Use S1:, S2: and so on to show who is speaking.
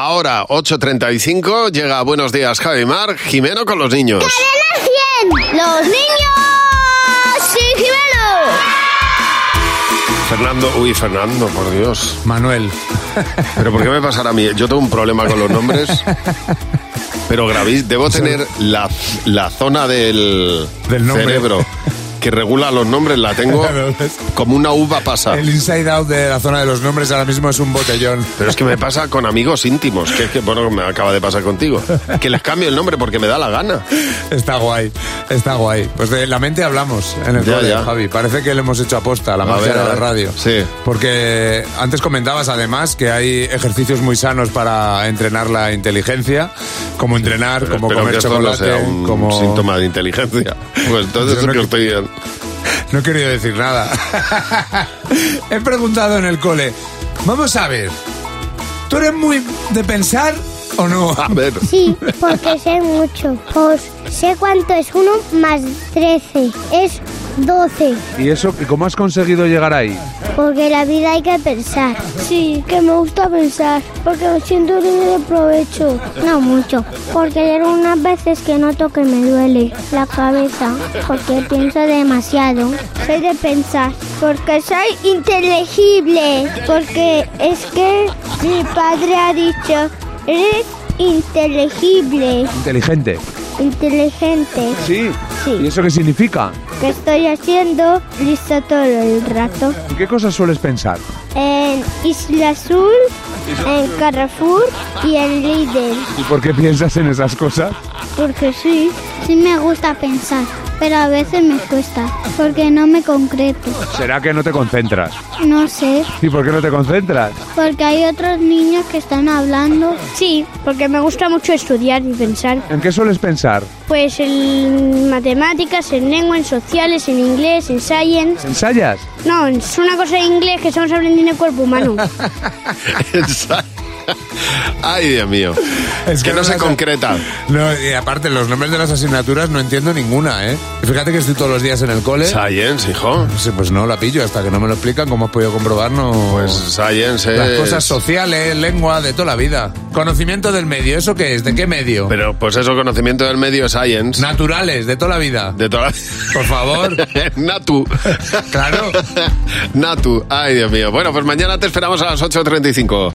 S1: Ahora, 8.35, llega Buenos Días Javi Mar, Jimeno con los niños.
S2: ¡Los niños! ¡Sí,
S1: Fernando, uy, Fernando, por Dios.
S3: Manuel.
S1: Pero ¿por qué me pasará a mí? Yo tengo un problema con los nombres. Pero Gravis, debo tener la, la zona del,
S3: Del nombre.
S1: cerebro que regula los nombres, la tengo como una uva pasa.
S3: El inside out de la zona de los nombres ahora mismo es un botellón.
S1: Pero es que me pasa con amigos íntimos, que es que, bueno, me acaba de pasar contigo. Que les cambio el nombre porque me da la gana.
S3: Está guay, está guay. Pues de la mente hablamos en el
S1: Ya,
S3: cole,
S1: ya.
S3: Javi. Parece que lo hemos hecho aposta, la magia
S1: ver, a
S3: de la
S1: ver.
S3: radio.
S1: Sí.
S3: Porque antes comentabas además que hay ejercicios muy sanos para entrenar la inteligencia, como entrenar,
S1: Pero
S3: como
S1: espero
S3: comer
S1: que esto no
S3: chocolate,
S1: sea un
S3: como...
S1: síntoma de inteligencia. Pues entonces
S3: Yo
S1: es
S3: no
S1: que
S3: que-
S1: estoy bien.
S3: No he querido decir nada. he preguntado en el cole, vamos a ver, ¿tú eres muy de pensar o no?
S1: A ver,
S2: Sí, porque sé mucho. Pues sé cuánto es 1 más 13. Es 12.
S4: ¿Y eso cómo has conseguido llegar ahí?
S2: Porque la vida hay que pensar. Sí, que me gusta pensar. Porque me siento libre de provecho. No mucho. Porque hay algunas veces que noto que me duele la cabeza. Porque pienso demasiado. Soy de pensar. Porque soy inteligible. Porque es que mi padre ha dicho, eres inteligible.
S4: Inteligente.
S2: Inteligente.
S4: Sí.
S2: Sí.
S4: ¿Y eso qué significa?
S2: Que estoy haciendo listo todo el rato.
S4: ¿En qué cosas sueles pensar?
S2: en Isla Azul, en Carrefour y en Lidl.
S4: ¿Y por qué piensas en esas cosas?
S2: Porque sí, sí me gusta pensar, pero a veces me cuesta, porque no me concreto.
S4: ¿Será que no te concentras?
S2: No sé,
S4: ¿Y por qué no te concentras?
S2: porque hay otros niños que están hablando.
S5: Sí, porque me gusta mucho estudiar y pensar.
S4: ¿En qué sueles pensar?
S5: Pues en matemáticas, en lengua, en sociales, en inglés, en science.
S4: ¿Ensayas?
S5: No, es una cosa de inglés que estamos aprendiendo el cuerpo humano.
S1: ensa- Ay, Dios mío.
S3: Es
S1: que,
S3: que ¿Eh?
S1: no
S3: no
S1: se
S3: sé-
S1: concreta.
S3: No, y aparte, los nombres de las asignaturas no entiendo ninguna, ¿eh? Y Fíjate que estoy todos los días en el cole.
S1: Science, hijo.
S3: Sí, pues no la pillo, hasta que no me lo explican, como has podido comprobar, no...
S1: Pues science
S3: Las
S4: eh,
S1: es-
S3: cosas sociales, lengua, de toda la vida. Conocimiento del medio, ¿eso qué es? ¿De qué medio?
S1: Pero pues eso, conocimiento del medio es science.
S3: Naturales, de toda la vida.
S1: de todas.
S3: Por favor.
S1: Natu.
S3: Claro.
S1: Natu. Ay, Dios mío. Bueno, pues mañana te esperamos a las 8.35.